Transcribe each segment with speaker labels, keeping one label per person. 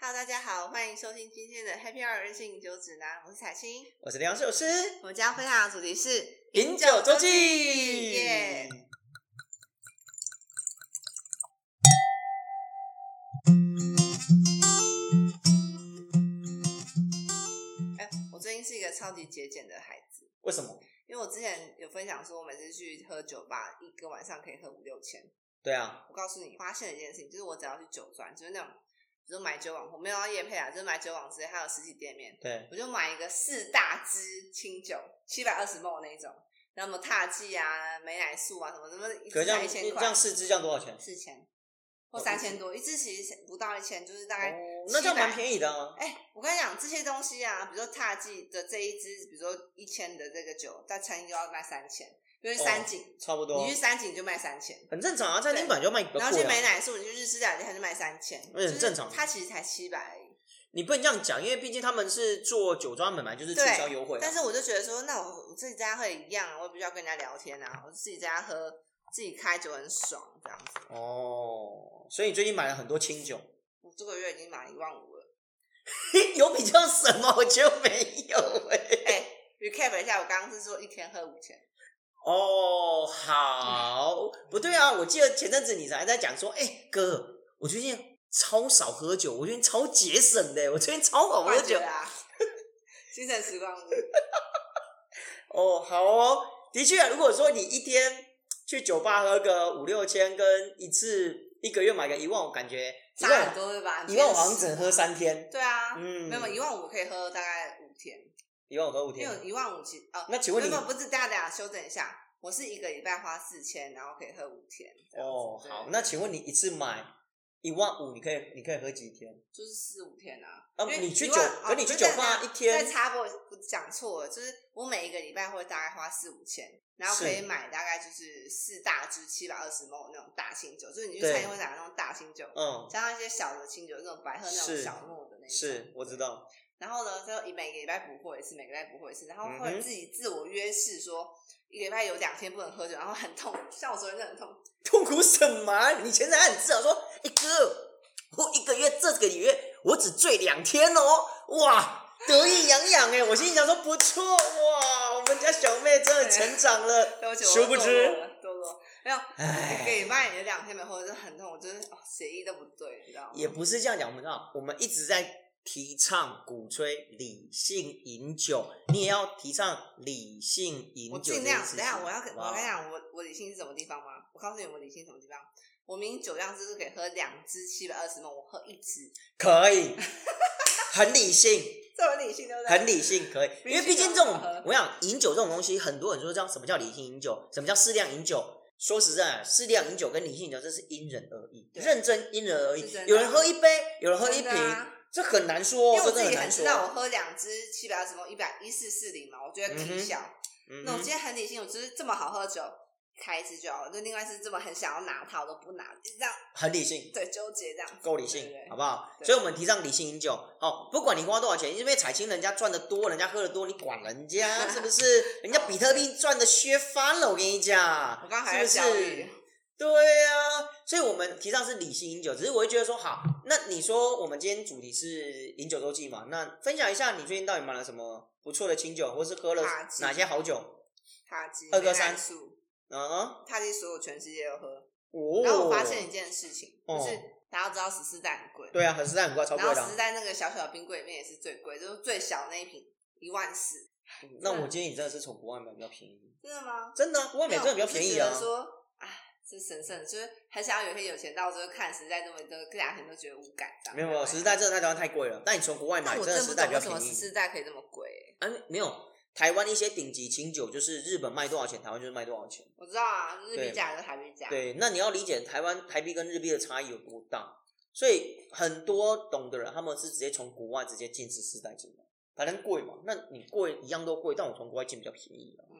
Speaker 1: 大家好，欢迎收听今天的 Happy Hour 任性饮酒指南，我是彩青。
Speaker 2: 我是梁秀诗，
Speaker 1: 我们今天要分享的主题是
Speaker 2: 饮酒周记。
Speaker 1: 耶哎、我最近是一个超级节俭的孩子，
Speaker 2: 为什么？
Speaker 1: 因为我之前有分享说，我每次去喝酒吧，一个晚上可以喝五六千。
Speaker 2: 对啊，
Speaker 1: 我告诉你，发现了一件事情，就是我只要去酒庄，就是那种，比如说买酒网红，没有要夜配啊，就是买酒网之类，还有实体店面，
Speaker 2: 对，
Speaker 1: 我就买一个四大支清酒，七百二十 ml 那一种，然后什么踏剂啊、美乃素啊什么什么，一支
Speaker 2: 可是这
Speaker 1: 才
Speaker 2: 样
Speaker 1: 一
Speaker 2: 这
Speaker 1: 千
Speaker 2: 样
Speaker 1: 块，
Speaker 2: 四支这样多少钱？
Speaker 1: 四千或
Speaker 2: 哦
Speaker 1: 三千多，一支其实不到一千，就是大概
Speaker 2: 哦，那这样蛮便宜的啊。
Speaker 1: 哎、我跟你讲，这些东西啊，比如说踏剂的这一支，比如说一千的这个酒，在餐厅就要卖三千，就是
Speaker 2: 哦
Speaker 1: 三井，
Speaker 2: 差不多
Speaker 1: 你去，三井就卖三千，
Speaker 2: 很正常啊。餐厅本来就卖比较
Speaker 1: 然后去
Speaker 2: 贵
Speaker 1: 美
Speaker 2: 啊。
Speaker 1: 乃素，你去日式料理店它就卖三千，
Speaker 2: 嗯
Speaker 1: 就是
Speaker 2: 正常
Speaker 1: 它其实才七百而已。
Speaker 2: 你不能这样讲，因为毕竟他们是做酒庄本来就是促销优惠啊。
Speaker 1: 但是我就觉得说，那我我自己在家喝也一样啊，我也不需要跟人家聊天啊，我自己在家喝，自己开酒很爽这样子。
Speaker 2: 哦，所以你最近买了很多清酒，
Speaker 1: 我这个月已经买一万五了。
Speaker 2: 有比较省吗？我觉得没有哎、
Speaker 1: 哎、r e c a p 一下，我刚刚是说一天喝五千，
Speaker 2: 哦，好，不对啊！我记得前阵子你还在讲说，哎、哥，我最近超少喝酒，我最近超节省哦的，我最近超好喝
Speaker 1: 我
Speaker 2: 酒
Speaker 1: 觉。得啊， 精神时 光屋。
Speaker 2: 哦，好哦，的确啊，如果说你一天去酒吧喝个五六千，跟一次一个月买个一万，我感觉一
Speaker 1: 差很
Speaker 2: 万
Speaker 1: 多对吧？
Speaker 2: 一万我好像只能喝三天，
Speaker 1: 对啊，
Speaker 2: 嗯，
Speaker 1: 没有一万五可以喝大概五天，
Speaker 2: 一万我喝五
Speaker 1: 因
Speaker 2: 天
Speaker 1: 为，一万五其实呃，
Speaker 2: 嗯那请
Speaker 1: 没
Speaker 2: 问
Speaker 1: 有
Speaker 2: 你
Speaker 1: 没有不是，大家大家修正一下，我是一个礼拜花四千，然后可以喝五天。这样子
Speaker 2: 哦，
Speaker 1: 对
Speaker 2: 好，那请问你一次买一万五，你可以你可以喝几天？
Speaker 1: 就是四五天啊。
Speaker 2: 啊
Speaker 1: 因，为
Speaker 2: 你去
Speaker 1: 一
Speaker 2: 酒
Speaker 1: 万，
Speaker 2: 可
Speaker 1: 哦
Speaker 2: 你去
Speaker 1: 不
Speaker 2: 酒
Speaker 1: 是
Speaker 2: 吧
Speaker 1: 等
Speaker 2: 一
Speaker 1: 下
Speaker 2: 天
Speaker 1: 再，插播，我讲错了，就是我每一个礼拜会大概花四五千，然后可以
Speaker 2: 是
Speaker 1: 买大概就是四大支七百二十 ml 那种大清酒，就是你去
Speaker 2: 对
Speaker 1: 餐饮会打那种大清酒，
Speaker 2: 嗯，
Speaker 1: 加上一些小的清酒，那种白喝那种
Speaker 2: 是
Speaker 1: 小诺的那一种。
Speaker 2: 是我知道。
Speaker 1: 然后呢，就以每个礼拜补货一次，每个礼拜补货一次，然后
Speaker 2: 嗯哼
Speaker 1: 会自己自我约誓说，一个礼拜有两天不能喝酒，然后很痛，像我昨天就很痛。
Speaker 2: 痛苦什么啊？你前阵还很自豪说，哎、哥，我一个月这个月我只醉两天哦，哇，得意洋洋哎！我心里想说不错哇，我们家小妹真的成长了，
Speaker 1: 对不起，我
Speaker 2: 殊不知
Speaker 1: 堕落了，堕落没有一个
Speaker 2: 哎，
Speaker 1: 礼拜有两天没喝，我就很痛，我就是哦血液都不对，你知道吗？
Speaker 2: 也不是这样讲，我们知道，我们一直在提倡鼓吹理性饮酒，你也要提倡理性饮
Speaker 1: 我
Speaker 2: 酒这
Speaker 1: 尽
Speaker 2: 件
Speaker 1: 量，
Speaker 2: 事
Speaker 1: 等
Speaker 2: 情。
Speaker 1: 一下我要跟
Speaker 2: 好不好
Speaker 1: 我跟你，讲，我我理性是什么地方吗？我告诉你，我理性什么地方？我明明酒量就是可以喝两支七百二十梦，我喝一支，
Speaker 2: 可以，很理性。
Speaker 1: 这很理性，对不对？
Speaker 2: 很理性，可以，
Speaker 1: 理性
Speaker 2: 因为毕竟这种
Speaker 1: 好喝，
Speaker 2: 我想饮酒这种东西，很多人说这样，什么叫理性饮酒，什么叫适量饮酒。说实在，啊适量饮酒跟理性饮酒，这是因人而异，
Speaker 1: 对
Speaker 2: 认真因人而异
Speaker 1: 是真的。
Speaker 2: 有人喝一杯，有人喝一
Speaker 1: 真的
Speaker 2: 瓶，
Speaker 1: 啊
Speaker 2: 这很难说，
Speaker 1: 因为我
Speaker 2: 这
Speaker 1: 自
Speaker 2: 真的
Speaker 1: 己
Speaker 2: 很
Speaker 1: 很
Speaker 2: 难
Speaker 1: 知
Speaker 2: 说。
Speaker 1: 道，我喝两支七百二十梦，一百一四四零嘛，我觉得挺
Speaker 2: 嗯哼
Speaker 1: 小。
Speaker 2: 嗯
Speaker 1: 那我今
Speaker 2: 哼
Speaker 1: 天很理性，我只是这么好喝的酒，开一支就好了。就另外一支这么很想要拿它，我都不拿，一直这样
Speaker 2: 很理性，
Speaker 1: 对纠结这样子。
Speaker 2: 够理性
Speaker 1: 对对，
Speaker 2: 好不好？
Speaker 1: 对
Speaker 2: 所以我们提倡理性饮酒。哦，不管你花多少钱，因为彩青人家赚的多，人家喝的多，你管 人家是不是？人家比特币赚的削翻了，我跟你讲。
Speaker 1: 我刚刚还在
Speaker 2: 是
Speaker 1: 教
Speaker 2: 不
Speaker 1: 育
Speaker 2: 是？对呀、所以我们提倡是理性饮酒，只是我会觉得说，好，那你说我们今天主题是饮酒周记嘛？那分享一下你最近到底买了什么不错的清酒，或是喝了
Speaker 1: 垃圾
Speaker 2: 哪些好酒？
Speaker 1: 塔基
Speaker 2: 二
Speaker 1: 美乃
Speaker 2: 哥三
Speaker 1: 素，
Speaker 2: 嗯，哦，
Speaker 1: 塔基所有全世界都喝。然后我发现一件事情，就是大家都知道十四代很贵，
Speaker 2: 对啊，很实在很哦贵，超
Speaker 1: 然
Speaker 2: 贵
Speaker 1: 后
Speaker 2: 的
Speaker 1: 十
Speaker 2: 啊
Speaker 1: 四。代那个小小的冰柜里面也是最贵，就是最小那一瓶一万四，
Speaker 2: 那我建议你真的是从国外买比较便宜，
Speaker 1: 真的吗？
Speaker 2: 真的啊，国外买真的比较便宜
Speaker 1: 没有我
Speaker 2: 啊
Speaker 1: 就觉得。说，哎，这神圣就是很想要有一天有钱到，就是看实在这么多价钱都觉得无感。这样
Speaker 2: 没有没有，实在这在台湾太贵了，但你从国外买
Speaker 1: 但我
Speaker 2: 真的
Speaker 1: 不
Speaker 2: 实在
Speaker 1: 懂
Speaker 2: 比
Speaker 1: 为
Speaker 2: 较
Speaker 1: 什么
Speaker 2: 便
Speaker 1: 十
Speaker 2: 宜。
Speaker 1: 四代可以这么贵、
Speaker 2: 啊，没有，台湾一些顶级清酒就是日本卖多少钱，台湾就是卖多少钱。
Speaker 1: 我知道啊，日币
Speaker 2: 对
Speaker 1: 价就是台币价。
Speaker 2: 对，那你要理解台湾台币跟日币的差异有多大，所以很多懂的人他们是直接从国外直接进十四代进来，反正贵嘛，那你贵一样都贵，但我从国外进比较便宜啊。
Speaker 1: 嗯，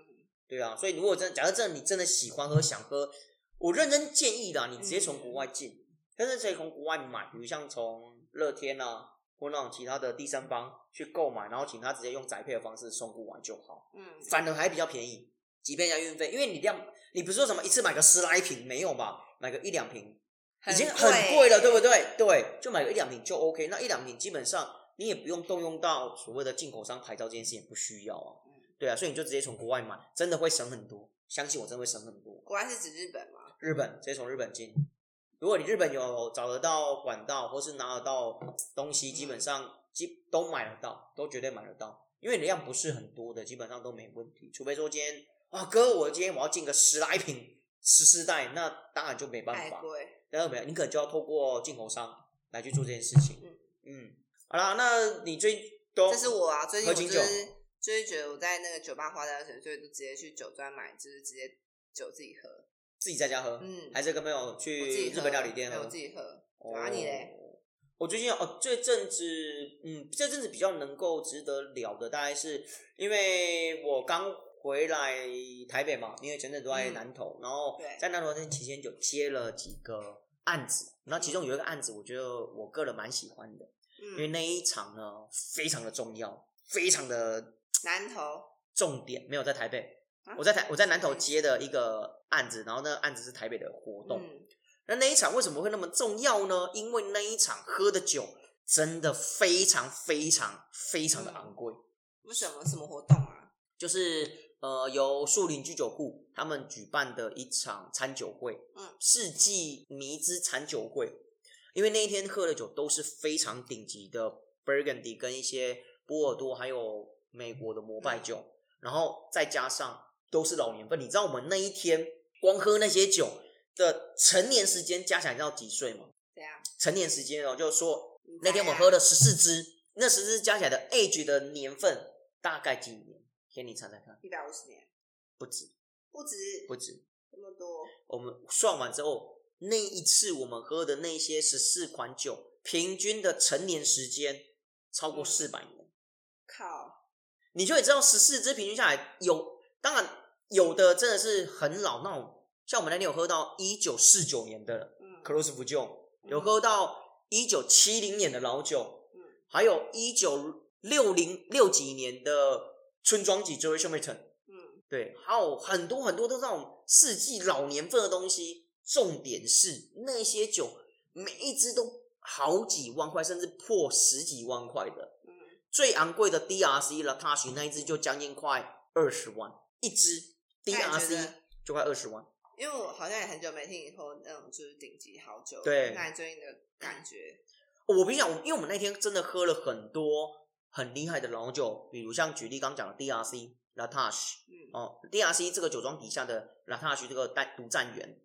Speaker 2: 对啊，所以如果真的假设真的你真的喜欢喝想喝，我认真建议啦，你直接从国外进，但是可以从国外买，比如像从乐天啊或那种其他的第三方去购买，然后请他直接用宅配的方式送过来就好。
Speaker 1: 嗯，
Speaker 2: 反而还比较便宜，即便加运费，因为你量你不是说什么一次买个十来瓶没有吧，买个一两瓶已经
Speaker 1: 很
Speaker 2: 很
Speaker 1: 贵
Speaker 2: 贵了，对不对？对，就买个一两瓶就 OK。那一两瓶基本上你也不用动用到所谓的进口商牌照这件事情，不需要
Speaker 1: 嗯
Speaker 2: 啊。对啊，所以你就直接从国外买，真的会省很多。相信我，真的会省很多。
Speaker 1: 国外是指日本吗？
Speaker 2: 日本直接从日本进，如果你日本有找得到管道或是拿得到东西，基
Speaker 1: 嗯
Speaker 2: 本上基都买得到，都绝对买得到，因为你量不是很多的，基本上都没问题。除非说今天啊哥，我今天我要进个十来瓶十四袋，那当然就没办
Speaker 1: 太
Speaker 2: 法。
Speaker 1: 贵，
Speaker 2: 然后没有，你可能就要透过进口商来去做这件事情。
Speaker 1: 嗯
Speaker 2: 嗯，好啦，那你最都
Speaker 1: 这是我啊，最近
Speaker 2: 哦喝
Speaker 1: 我
Speaker 2: 清
Speaker 1: 就是就是觉得我在那个酒吧花掉的钱，所以就直接去酒庄买，就是直接酒自己喝。
Speaker 2: 自己在家喝，
Speaker 1: 嗯，
Speaker 2: 还是跟朋友
Speaker 1: 我自己
Speaker 2: 去
Speaker 1: 喝
Speaker 2: 日本料理店
Speaker 1: 对
Speaker 2: 喝？
Speaker 1: 我自己喝。
Speaker 2: 哦
Speaker 1: 啊你嘞？
Speaker 2: 我最近哦，这阵子，嗯，这阵子比较能够值得聊的，大概是因为我刚回来台北嘛，因为前阵子都在
Speaker 1: 嗯
Speaker 2: 南投，然后
Speaker 1: 对
Speaker 2: 在南投那期间就接了几个案子，然后其中有一个案子，我觉得我个人蛮喜欢的，因为
Speaker 1: 嗯，
Speaker 2: 那一场呢非常的重要，非常的
Speaker 1: 南投
Speaker 2: 重点，没有在台北
Speaker 1: 啊，
Speaker 2: 我在台我在南投接的一个案子，然后那个案子是台北的活动，
Speaker 1: 嗯，
Speaker 2: 那那一场为什么会那么重要呢？因为那一场喝的酒真的非常非常非常的昂贵，
Speaker 1: 为什么什么活动啊？
Speaker 2: 就是呃由树林居酒库他们举办的一场餐酒会，
Speaker 1: 嗯，
Speaker 2: 世纪迷之餐酒会，因为那一天喝的酒都是非常顶级的 Burgundy 跟一些波尔多还有美国的摩拜酒，然后再加上都是老年份，你知道我们那一天光喝那些酒的成年时间加起来你知道几岁吗？
Speaker 1: 怎样？
Speaker 2: 成年时间哦，就是说
Speaker 1: 你
Speaker 2: 那天我
Speaker 1: 猜
Speaker 2: 们
Speaker 1: 啊
Speaker 2: 喝了十四支，那十支加起来的 age 的年份大概几年？给你猜猜看，
Speaker 1: 一百五十年，
Speaker 2: 不止，
Speaker 1: 不止
Speaker 2: 不止。
Speaker 1: 这么多，
Speaker 2: 我们算完之后，那一次我们喝的那些十四款酒，平均的成年时间超过
Speaker 1: 嗯
Speaker 2: 四百年，
Speaker 1: 靠，
Speaker 2: 你就会知道十四支平均下来有，当然有的真的是很老那种，像我们那天有喝到一九四九年的
Speaker 1: 嗯，
Speaker 2: 克罗斯福酒，
Speaker 1: 嗯
Speaker 2: 有喝到一九七零年的老酒，
Speaker 1: 嗯
Speaker 2: 还有一九六零六几年的村庄级 j o y s h m i l t o n
Speaker 1: 嗯，
Speaker 2: 对，还有很多很多都是那种世纪老年份的东西。重点是那些酒每一支都好几万块，甚至破十几万块的。
Speaker 1: 嗯，
Speaker 2: 最昂贵的 DRC 了，他许那一支就将近快二十万一支
Speaker 1: 那你觉
Speaker 2: ，DRC
Speaker 1: 得
Speaker 2: 就快二十万。
Speaker 1: 因为我好像也很久没听你喝那种就是顶级好酒了，
Speaker 2: 对
Speaker 1: 那你最近的感觉，
Speaker 2: 我跟你讲，我因为我们那天真的喝了很多很厉害的老酒，比如像举例刚讲的 DRC、Latash
Speaker 1: 嗯
Speaker 2: 哦，DRC 这个酒庄底下的 Latash 这个单独占员，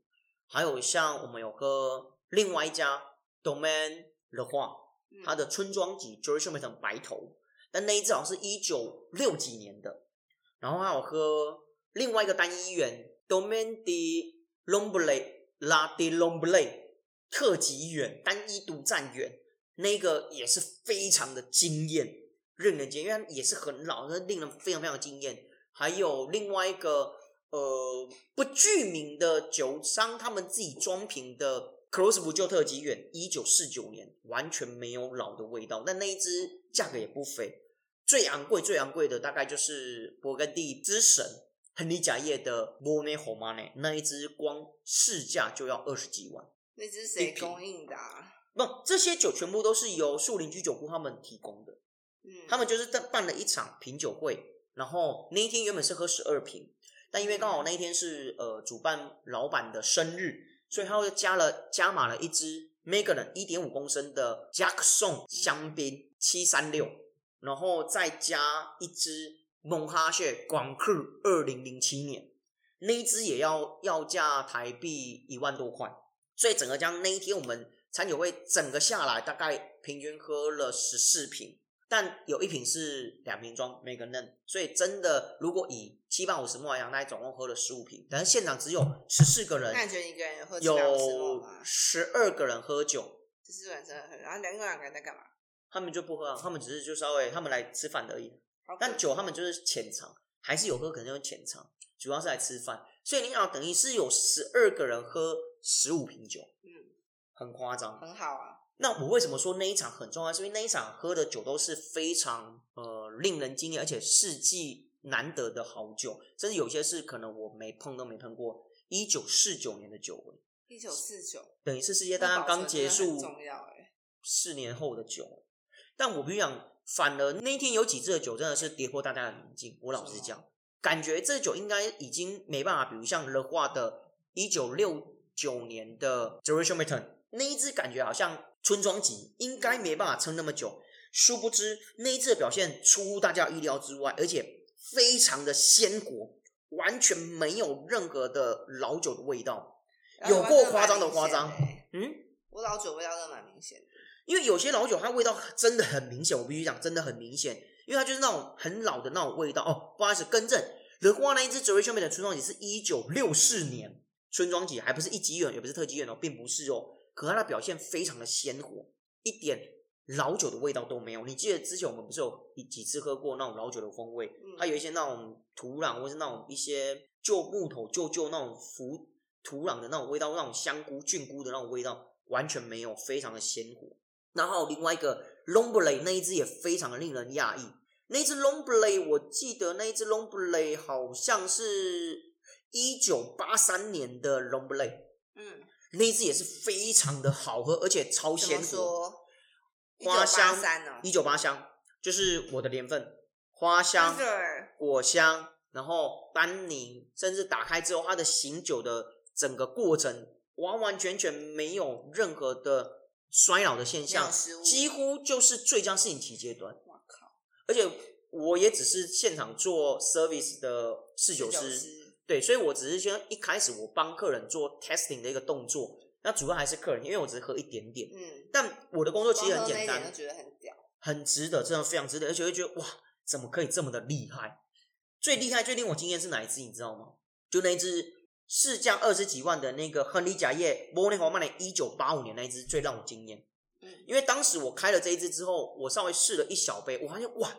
Speaker 2: 还有像我们有喝另外一家 Domain 的话，
Speaker 1: 嗯，
Speaker 2: 它的村庄级 j e r s h m i t o n 白头，但那一支好像是一九六几年的，然后还有喝另外一个单一园 Domain de Lomble La de Lomble 特级园单一独占园，那个也是非常的惊艳，令人惊艳，因为它也是很老，那令人非常非常惊艳。还有另外一个呃不具名的酒商，他们自己装瓶的 Close 不旧特级远，一九四九年完全没有老的味道，但那一支价格也不菲。最昂贵、最昂贵的大概就是勃艮第之神亨利贾叶的 m o n e h o m a n e 那一支，光市价就要二十几万。
Speaker 1: 那只是谁
Speaker 2: 一瓶
Speaker 1: 供应的啊？
Speaker 2: 不，这些酒全部都是由树林居酒库他们提供的。
Speaker 1: 嗯，
Speaker 2: 他们就是在办了一场品酒会，然后那一天原本是喝十二瓶，但因为刚好那一天是呃主办老板的生日，所以他又加了加码了一支 Megan 一点五公升的 Jackson 香槟七三六，然后再加一支蒙哈谢广库二零零七年，那一支也要要价台币一万多块，所以整个将那一天我们餐酒会整个下来大概平均喝了十四瓶。但有一瓶是两瓶装，每个人，所以真的如果以七百五十沫来讲，大概总共喝了十五瓶，但是现场只有十四个人，
Speaker 1: 那你觉得一个人喝七百五十
Speaker 2: 有
Speaker 1: 沫吗？
Speaker 2: 十二个人喝酒，
Speaker 1: 这是人真的很，然后两个两个人在干嘛？
Speaker 2: 他们就不喝啊，他们只是就稍微他们来吃饭而已。
Speaker 1: 好可
Speaker 2: 但酒他们就是浅尝，还是有喝，可能就是浅尝，主要是来吃饭。所以你想，等于是有十二个人喝十五瓶酒，
Speaker 1: 嗯，
Speaker 2: 很夸张。
Speaker 1: 很好啊，
Speaker 2: 那我为什么说那一场很重要？是因为那一场喝的酒都是非常呃令人惊艳，而且世纪难得的好酒，甚至有些是可能我没碰都没碰过。一九四九年的酒味，
Speaker 1: 一九四九，
Speaker 2: 等于是世界大战刚结
Speaker 1: 那保
Speaker 2: 束
Speaker 1: 存真的很重要哎。
Speaker 2: 四年后的酒。但我不讲，反而那一天有几支的酒真的是跌破大家的宁静。我老实讲，感觉这酒应该已经没办法，比如像 The Hua 的一九六九年的 j e r u s a l e m t o n 那一支，感觉好像村庄级，应该没办法撑那么久。殊不知那一次的表现出乎大家意料之外，而且非常的鲜活，完全没有任何的老酒的味道。
Speaker 1: 然后
Speaker 2: 有
Speaker 1: 台湾
Speaker 2: 过
Speaker 1: 真
Speaker 2: 夸
Speaker 1: 蛮
Speaker 2: 张的
Speaker 1: 明
Speaker 2: 夸
Speaker 1: 显
Speaker 2: 张
Speaker 1: 哎
Speaker 2: 嗯，
Speaker 1: 我老酒味道真的蛮明显的。
Speaker 2: 因为有些老酒它味道真的很明显，我必须讲真的很明显，因为它就是那种很老的那种味道哦。不好意思，更正，德国那一支 j e r u s a l e 的村庄级是一九六四年村庄级，还不是一级院，也不是特级院哦，并不是哦。可它的表现非常的鲜活，一点老酒的味道都没有。你记得之前我们不是有几次喝过那种老酒的风味，
Speaker 1: 嗯
Speaker 2: 它有一些那种土壤或是那种一些旧木头、旧旧那种腐土壤的那种味道，那种香菇、菌菇的那种味道完全没有，非常的鲜活。然后另外一个 l o m b l e 那一只也非常的令人讶异，那一只 l o m b l e 我记得那一只 l o m b l e 好像是一九八三年的 l o m b l e
Speaker 1: 嗯，
Speaker 2: 那一只也是非常的好喝，而且超
Speaker 1: 怎么
Speaker 2: 鲜活。
Speaker 1: 说？
Speaker 2: 花香
Speaker 1: 三哦，
Speaker 2: 一九八香就是我的年份，花香、
Speaker 1: Windsor，
Speaker 2: 果香，然后单宁，甚至打开之后它的醒酒的整个过程，完完全全没有任何的衰老的现
Speaker 1: 没
Speaker 2: 象
Speaker 1: 有，失误
Speaker 2: 几乎就是最佳适应期阶段。
Speaker 1: 我靠，
Speaker 2: 而且我也只是现场做 service 的侍酒
Speaker 1: 19
Speaker 2: 师，
Speaker 1: 师
Speaker 2: 对，所以我只是先一开始我帮客人做 testing 的一个动作，那主要还是客人，因为我只是喝一点点，
Speaker 1: 嗯，
Speaker 2: 但我的工作其实
Speaker 1: 光
Speaker 2: 很
Speaker 1: 喝那一
Speaker 2: 简
Speaker 1: 点
Speaker 2: 单啊
Speaker 1: 就，觉得很屌，
Speaker 2: 很值得，真的非常值得，而且会觉得哇，怎么可以这么的厉害？最厉害、最令我惊艳是哪一支？你知道吗？就那一支市价二十几万的那个亨利贾叶摩尼黄曼的一九八五年那一支最让我惊艳，
Speaker 1: 嗯，
Speaker 2: 因为当时我开了这一支之后，我稍微试了一小杯，我发现哇，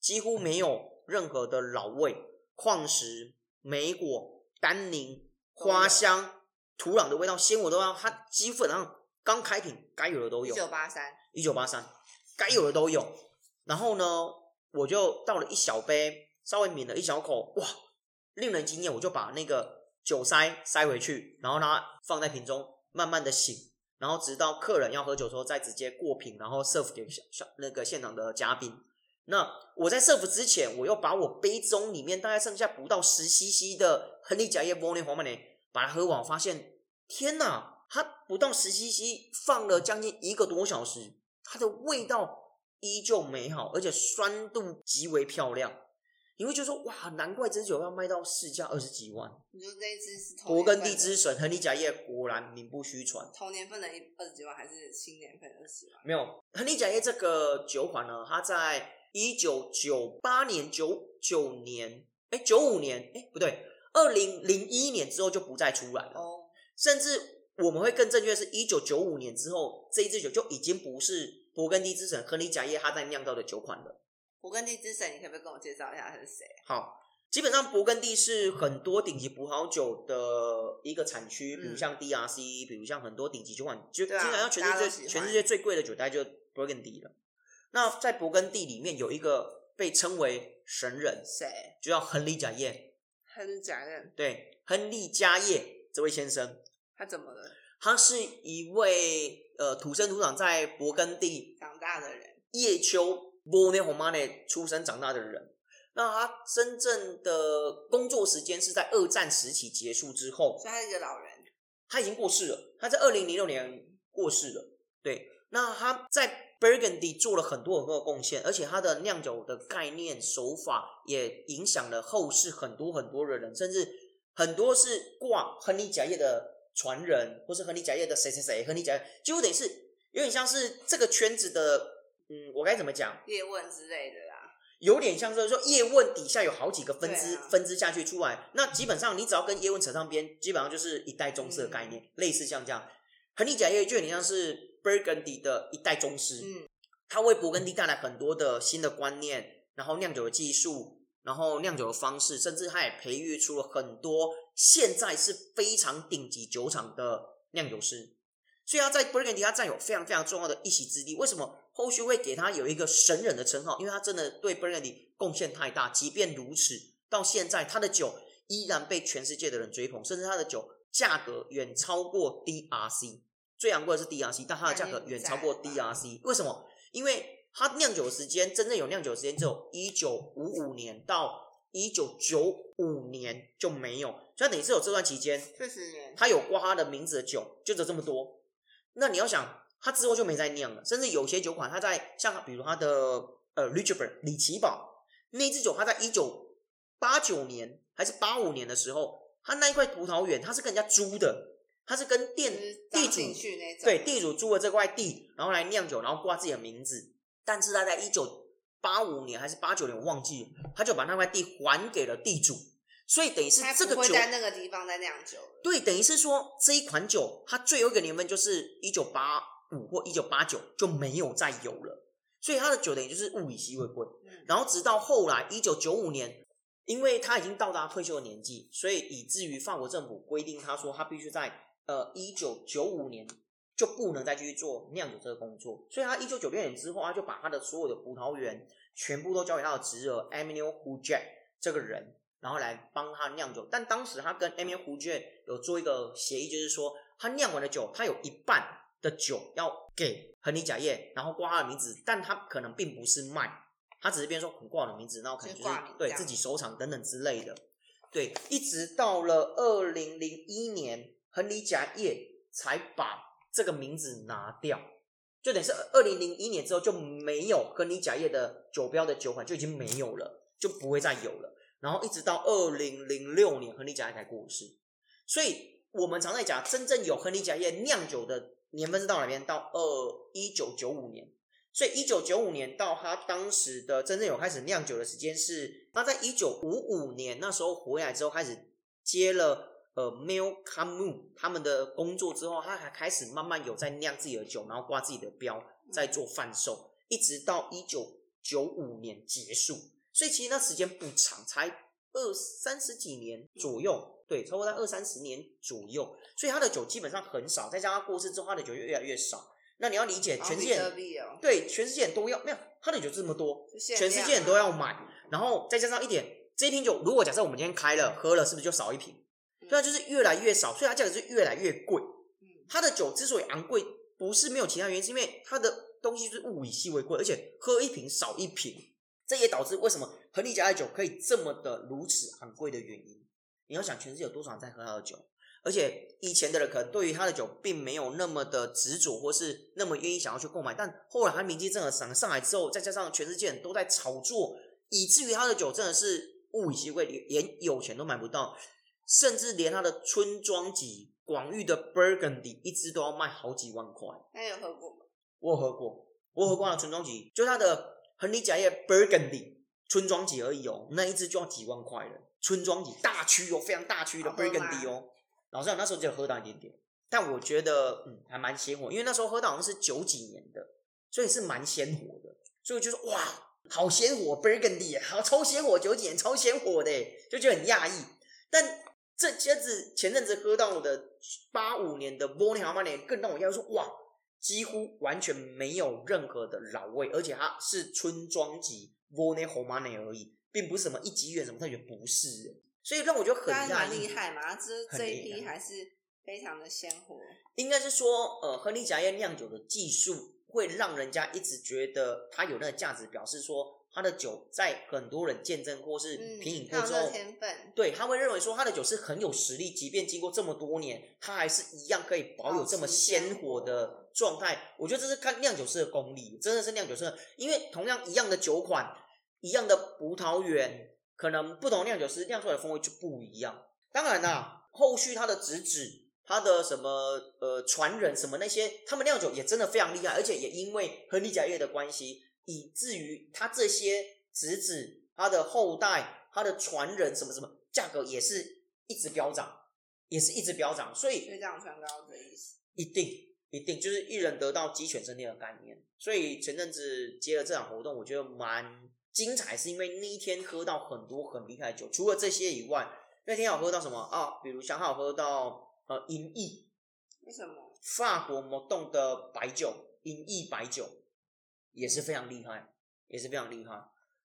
Speaker 2: 几乎没有任何的老味、矿石、莓果、单宁、花香、土壤的味道、鲜果的味道，它基本上刚开瓶该有的都
Speaker 1: 一
Speaker 2: 有。
Speaker 1: 九八三，
Speaker 2: 一九八三，该有的都有。然后呢，我就倒了一小杯，稍微抿了一小口，哇，令人惊艳！我就把那个酒塞塞回去，然后让它放在瓶中，慢慢的醒，然后直到客人要喝酒的时候，再直接过瓶，然后 serve 给小小那个现场的嘉宾。那我在 serve 之前，我又把我杯中里面大概剩下不到十 CC 的亨利贾叶波尼黄曼雷把它喝完，我发现天哪，它不到十 CC 放了将近一个多小时，它的味道依旧美好，而且酸度极为漂亮。你会觉得说哇，难怪这支酒要卖到市价二十几万，
Speaker 1: 你说这一支是同年
Speaker 2: 勃艮
Speaker 1: 份
Speaker 2: 第
Speaker 1: 的
Speaker 2: 之神亨利贾叶果然名不虚传。
Speaker 1: 同年份的一二十几万还是新年份二十几万？
Speaker 2: 没有，亨利贾叶这个酒款呢，它在一九九八年、九九年，哎，九五年，哎，不对，二零零一年之后就不再出来了。
Speaker 1: 哦，
Speaker 2: 甚至我们会更正确，是一九九五年之后，这一支酒就已经不是勃艮第之神亨利贾叶他在酿造的酒款了。
Speaker 1: 勃艮第之神，你可不可以跟我介绍一下他是谁？
Speaker 2: 好，基本上勃艮第是很多顶级葡萄酒的一个产区，比如
Speaker 1: 嗯
Speaker 2: 像 DRC，比如像很多顶级酒款，就基
Speaker 1: 对啊
Speaker 2: 本上全世
Speaker 1: 大家都
Speaker 2: 界
Speaker 1: 喜欢
Speaker 2: 全世界最贵的酒，大概就勃艮第了。那在勃艮第里面有一个被称为神人，
Speaker 1: 谁？
Speaker 2: 就叫亨利贾叶，
Speaker 1: 亨贾任，
Speaker 2: 对，亨利嘉叶这位先生，
Speaker 1: 他怎么了？
Speaker 2: 他是一位呃土生土长在勃艮第
Speaker 1: 长大的人，
Speaker 2: 叶秋波内红妈内出生长大的人。那他真正的工作时间是在二战时期结束之后，
Speaker 1: 所以他是一个老人。
Speaker 2: 他已经过世了。他在二零零六年过世了。对，那他在 Burgundy 做了很多很多的贡献，而且他的酿酒的概念手法也影响了后世很多很多的人，甚至很多是挂亨利贾叶的传人，或是亨利贾叶的谁谁谁，亨利贾叶几乎等于是有点像是这个圈子的，嗯，我该怎么讲？
Speaker 1: 叶问之类的啦，
Speaker 2: 有点像是说叶问底下有好几个分支、
Speaker 1: 对啊
Speaker 2: 分支下去出来，那基本上你只要跟叶问扯上边，基本上就是一代宗师的概
Speaker 1: 嗯
Speaker 2: 念，类似像这样。亨利贾叶就有点像是 Burgundy 的一代宗师，
Speaker 1: 嗯，
Speaker 2: 他为勃艮第带来很多的新的观念，然后酿酒的技术，然后酿酒的方式，甚至他也培育出了很多现在是非常顶级酒厂的酿酒师。所以他在 Burgundy 他占有非常非常重要的一席之地。为什么后续会给他有一个神人的称号？因为他真的对 Burgundy 贡献太大。即便如此，到现在他的酒依然被全世界的人追捧，甚至他的酒价格远超过 DRC，最昂贵的是 DRC，但它的价格远超过 DRC。为什么？因为它酿酒时间真正有酿酒时间只有一九五五年到一九九五年就没有，所以它等于是有这段期间，
Speaker 1: 四十年，
Speaker 2: 它有挂它的名字的酒就只有这么多。那你要想，它之后就没再酿了，甚至有些酒款，它在像比如它的呃 r i c h b e r 李奇堡那一支酒，它在一九八九年还是八五年的时候，它那一块葡萄园它是跟人家租的，它是跟
Speaker 1: 就
Speaker 2: 店
Speaker 1: 是
Speaker 2: 地
Speaker 1: 长
Speaker 2: 主
Speaker 1: 进去那种，
Speaker 2: 对，地主租了这块地，然后来酿酒，然后挂自己的名字。但是他在一九八五年还是八九年，我忘记了，他就把那块地还给了地主，所以等于是
Speaker 1: 他
Speaker 2: 这
Speaker 1: 不
Speaker 2: 个
Speaker 1: 会
Speaker 2: 酒，
Speaker 1: 在那个地方再酿酒了，
Speaker 2: 对，等于是说这一款酒，它最后一个年份就是一九八五或一九八九就没有再有了，所以它的酒等于就是物以稀为贵。
Speaker 1: 嗯，
Speaker 2: 然后直到后来一九九五年，因为他已经到达退休的年纪，所以以至于法国政府规定他说他必须在呃一九九五年就不能再继续做酿酒这个工作，所以他一九九六年之后，他就把他的所有的葡萄园全部都交给他的侄儿 Emile h u j e t 这个人，然后来帮他酿酒。但当时他跟 Emile h u j e t 有做一个协议，就是说他酿完的酒，他有一半。的酒要给亨利贾业，然后挂他的名字，但他可能并不是卖，他只是变成说可能挂我的名字，那我可能
Speaker 1: 就是
Speaker 2: 就
Speaker 1: 挂名这
Speaker 2: 对
Speaker 1: 样
Speaker 2: 自己收藏等等之类的。对，一直到了二零零一年，亨利贾业才把这个名字拿掉，就等于是二零零一年之后就没有亨利贾业的酒标的酒款就已经没有了，就不会再有了。然后一直到二零零六年，亨利贾业才过世。所以我们常在讲，真正有亨利贾业酿酒的年份是到哪边？到二一九九五年。所以一九九五年到他当时的真正有开始酿酒的时间是，他在一九五五年那时候回来之后开始接了呃 Mil Camus 他们的工作之后，他还开始慢慢有在酿自己的酒，然后挂自己的标在
Speaker 1: 嗯
Speaker 2: 做贩售，一直到一九九五年结束。所以其实那时间不长，才二三十几年左右，对，差不多在二三十年左右。所以他的酒基本上很少，再加上他过世之后，他的酒就越来越少。那你要理解，全世界
Speaker 1: 然嗯后比特币哦，
Speaker 2: 对，全世界人都要，没有他的酒这么多，
Speaker 1: 就限
Speaker 2: 全世界人
Speaker 1: 量啊
Speaker 2: 都要买，然后再加上一点，这一瓶酒如果假设我们今天开了喝了，是不是就少一瓶？对啊，就是越来越少，所以它价格是越来越贵。
Speaker 1: 嗯
Speaker 2: 它的酒之所以昂贵，不是没有其他原因，是因为它的东西是物以稀为贵，而且喝一瓶少一瓶，这也导致为什么亨利家的酒可以这么的如此昂贵的原因。你要想，全世界有多少人在喝他的酒？而且以前的人可能对于他的酒并没有那么的执着，或是那么愿意想要去购买。但后来他名气真的上上来之后，再加上全世界人都在炒作，以至于他的酒真的是物以稀为贵，连连有钱都买不到，甚至连他的村庄级广域的 Burgundy 一支都要卖好几万块。
Speaker 1: 那有喝过吗？
Speaker 2: 我有喝过，我有喝过它的村庄级，就它的亨利贾业 Burgundy 村庄级而已哦，那一支就要几万块了。村庄级大区哦，非常大区的
Speaker 1: 好喝吗
Speaker 2: Burgundy 哦。老实讲，那时候只有喝到一点点，但我觉得嗯还蛮鲜活，因为那时候喝到好像是九几年的，所以是蛮鲜活的。所以我就说哇，好鲜活 Burgundy，耶好超鲜活，九几年超鲜活的耶，就觉得很讶异。但这些子前阵子喝到我的八五年的 b o n n i e 马年，更让我讶异说哇，几乎完全没有任何的老味，而且它是村庄级 v o n e h o m a n e 而已，并不是什么一级院什么特别，不是耶，所以让我觉得很
Speaker 1: 当然
Speaker 2: 讶
Speaker 1: 蛮
Speaker 2: 异
Speaker 1: 厉。害嘛，这
Speaker 2: 很
Speaker 1: 这一
Speaker 2: 厉
Speaker 1: 批
Speaker 2: 害
Speaker 1: 还是非常的鲜活，
Speaker 2: 应该是说，呃，亨利贾宴酿酒的技术会让人家一直觉得它有那个价值，表示说它的酒在很多人见证或是
Speaker 1: 嗯，
Speaker 2: 品饮
Speaker 1: 还
Speaker 2: 过
Speaker 1: 有
Speaker 2: 之
Speaker 1: 那
Speaker 2: 后
Speaker 1: 个，天分，
Speaker 2: 对他会认为说他的酒是很有实力，即便经过这么多年，它还是一样可以保有这么鲜活的状态。我觉得这是看酿酒师的功力，真的是酿酒师的，因为同样一样的酒款，一样的葡萄园，可能不同酿酒师酿出来的风味就不一样。当然啦、后续他的侄子、他的什么呃传人什么那些，他们酿酒也真的非常厉害，而且也因为亨利贾业的关系，以至于他这些侄子、他的后代、他的传人什么什么，价格也是一直飙涨，也是一直飙涨，所以
Speaker 1: 水涨船高的意思。
Speaker 2: 一定一定就是一人得道鸡犬升天的概念。所以前阵子接了这场活动，我觉得蛮精彩，是因为那一天喝到很多很厉害的酒。除了这些以外，那天还有喝到什么啊？比如像还有喝到呃银翼，
Speaker 1: 为什么？
Speaker 2: 法国摩洞的白酒，银翼白酒也是非常厉害，也是非常厉害。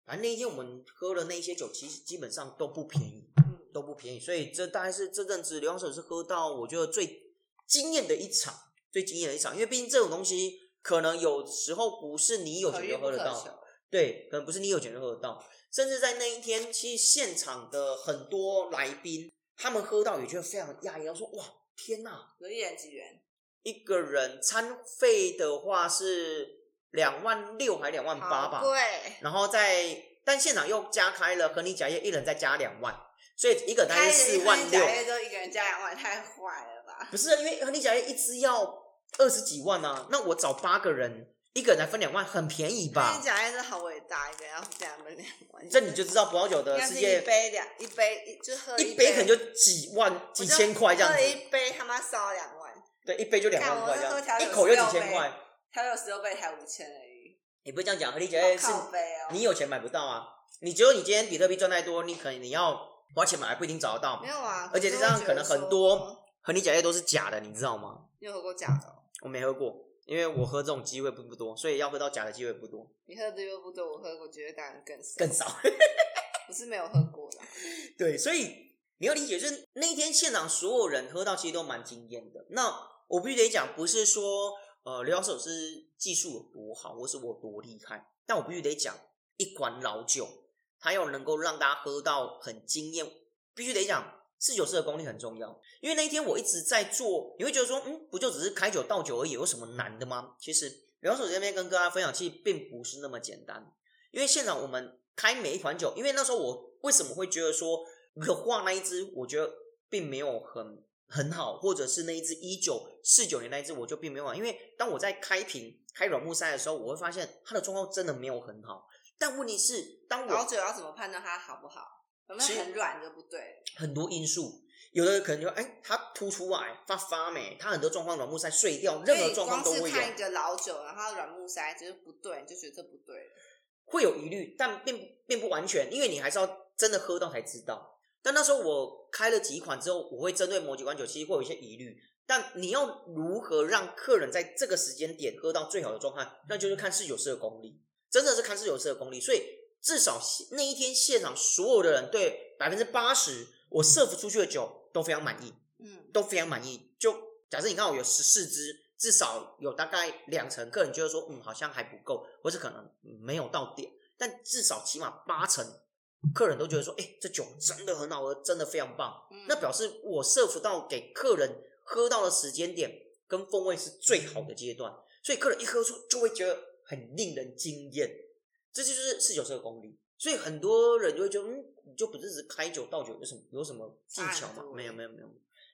Speaker 2: 反正那一天我们喝的那一些酒，其实基本上都不便宜，
Speaker 1: 嗯，
Speaker 2: 都不便宜，所以这大概是这阵子流浪手是喝到我觉得最惊艳的一场，最惊艳的一场，因为毕竟这种东西可能有时候不是你有
Speaker 1: 可
Speaker 2: 钱
Speaker 1: 遇
Speaker 2: 就
Speaker 1: 不
Speaker 2: 喝
Speaker 1: 可
Speaker 2: 得到，
Speaker 1: 求。
Speaker 2: 对，可能不是你有钱就喝得到，甚至在那一天，其实现场的很多来宾，他们喝到也觉得非常讶异，然后说：“哇，天哪！
Speaker 1: 有一人几元？
Speaker 2: 一个人餐费的话是两万六还两万八
Speaker 1: 好
Speaker 2: 吧？
Speaker 1: 贵，
Speaker 2: 然后在但现场又加开了和你假夜，一人再加两万，所以一个人大概是四万六
Speaker 1: 假。月哎都一个人加两万，太坏了吧？
Speaker 2: 不是因为和你假夜一支要二十几万啊，那我找八个人，一个人来分两万，很便宜
Speaker 1: 那
Speaker 2: 吧
Speaker 1: 你？假月真好伟大，一个人要加两分两万，
Speaker 2: 这你就知道葡萄酒的
Speaker 1: 应该
Speaker 2: 世
Speaker 1: 是一
Speaker 2: 界，
Speaker 1: 杯两一杯一就喝
Speaker 2: 一
Speaker 1: 杯
Speaker 2: 杯可能就几万、几千块这样
Speaker 1: 喝
Speaker 2: 子
Speaker 1: 了，一杯他妈烧了两万，
Speaker 2: 对，一杯就两万块这
Speaker 1: 看我喝调
Speaker 2: 样，
Speaker 1: 酒
Speaker 2: 一口就
Speaker 1: 16
Speaker 2: 几千块。
Speaker 1: 他有十六杯才五千而已，
Speaker 2: 你不是这样讲，和你假夜哎是
Speaker 1: 好靠杯哦。
Speaker 2: 你有钱买不到啊，你只有你今天比特币赚再多，你可能你要花钱买还不一定找得到
Speaker 1: 没。有啊，
Speaker 2: 而且
Speaker 1: 是
Speaker 2: 这样
Speaker 1: 我觉
Speaker 2: 可
Speaker 1: 得
Speaker 2: 能很
Speaker 1: 说
Speaker 2: 多，和你假夜都是假的，你知道吗？
Speaker 1: 你有喝过假的哦？
Speaker 2: 我没喝过，因为我喝这种机会并不多，所以要喝到假的机会不多，
Speaker 1: 你喝的又不多，我喝过，觉得当然更少。
Speaker 2: 更少。
Speaker 1: 不是没有喝过啦，
Speaker 2: 对，所以你要理解，就是那一天现场所有人喝到其实都蛮惊艳的。那我必须得讲，不是说呃刘老手是技术有多好，或是我多厉害，但我必须得讲，一款老酒，它要能够让大家喝到很惊艳，必须得讲。侍酒师的功力很重要，因为那一天我一直在做，你会觉得说，嗯，不就只是开酒倒酒而已，有什么难的吗？其实，刘手这边跟大家分享，其实并不是那么简单。因为现场我们开每一款酒，因为那时候我为什么会觉得说可化那一支，我觉得并没有很很好，或者是那一支一九四九年那一支，我就并没有好。因为当我在开瓶、开软木塞的时候，我会发现它的状况真的没有很好。但问题是，当
Speaker 1: 老
Speaker 2: 我
Speaker 1: 酒要怎么判断它好不好？有没
Speaker 2: 其
Speaker 1: 有
Speaker 2: 实
Speaker 1: 很软就不对，
Speaker 2: 很多因素，有的可能就哎，它凸出来发发霉，它很多状况软木塞碎掉，任
Speaker 1: 因为
Speaker 2: 何
Speaker 1: 你
Speaker 2: 状况都
Speaker 1: 光
Speaker 2: 会
Speaker 1: 是
Speaker 2: 有。
Speaker 1: 看一个老酒，然后软木塞就是不对，你就觉得这不对了。
Speaker 2: 会有疑虑，但并并不完全，因为你还是要真的喝到才知道。但那时候我开了几款之后，我会针对某几款酒，其实会有一些疑虑。但你要如何让客人在这个时间点喝到最好的状态，那就是看侍酒师的功力，真的是看侍酒师的功力。所以至少那一天现场所有的人对百分之八十我 serve 出去的酒都非常满意，
Speaker 1: 嗯，
Speaker 2: 都非常满意。就假设你看我有十四支，至少有大概两成客人觉得说，嗯，好像还不够，或是可能嗯没有到点，但至少起码八成客人都觉得说，哎、这酒真的很好喝，真的非常棒。
Speaker 1: 嗯
Speaker 2: 那表示我 serve 到给客人喝到的时间点跟风味是最好的阶段，所以客人一喝出就会觉得很令人惊艳，这就是侍酒师的功力。所以很多人就会觉得，嗯，你就不是只是开酒倒酒，有什么有什么技巧
Speaker 1: 差很
Speaker 2: 吗
Speaker 1: 多？
Speaker 2: 没有没有没有，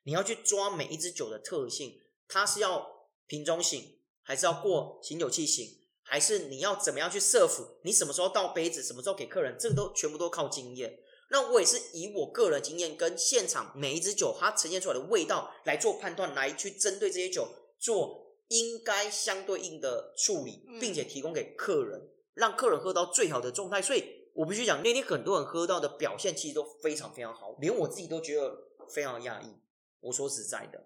Speaker 2: 你要去抓每一支酒的特性，它是要瓶中醒，还是要过醒酒器醒，还是你要怎么样去 serve，你什么时候倒杯子，什么时候给客人，这个都全部都靠经验。那我也是以我个人经验跟现场每一支酒它呈现出来的味道来做判断，来去针对这些酒做应该相对应的处理
Speaker 1: 嗯，
Speaker 2: 并且提供给客人，让客人喝到最好的状态。所以我必须讲，那天很多人喝到的表现其实都非常非常好，连我自己都觉得非常讶异。我说实在的，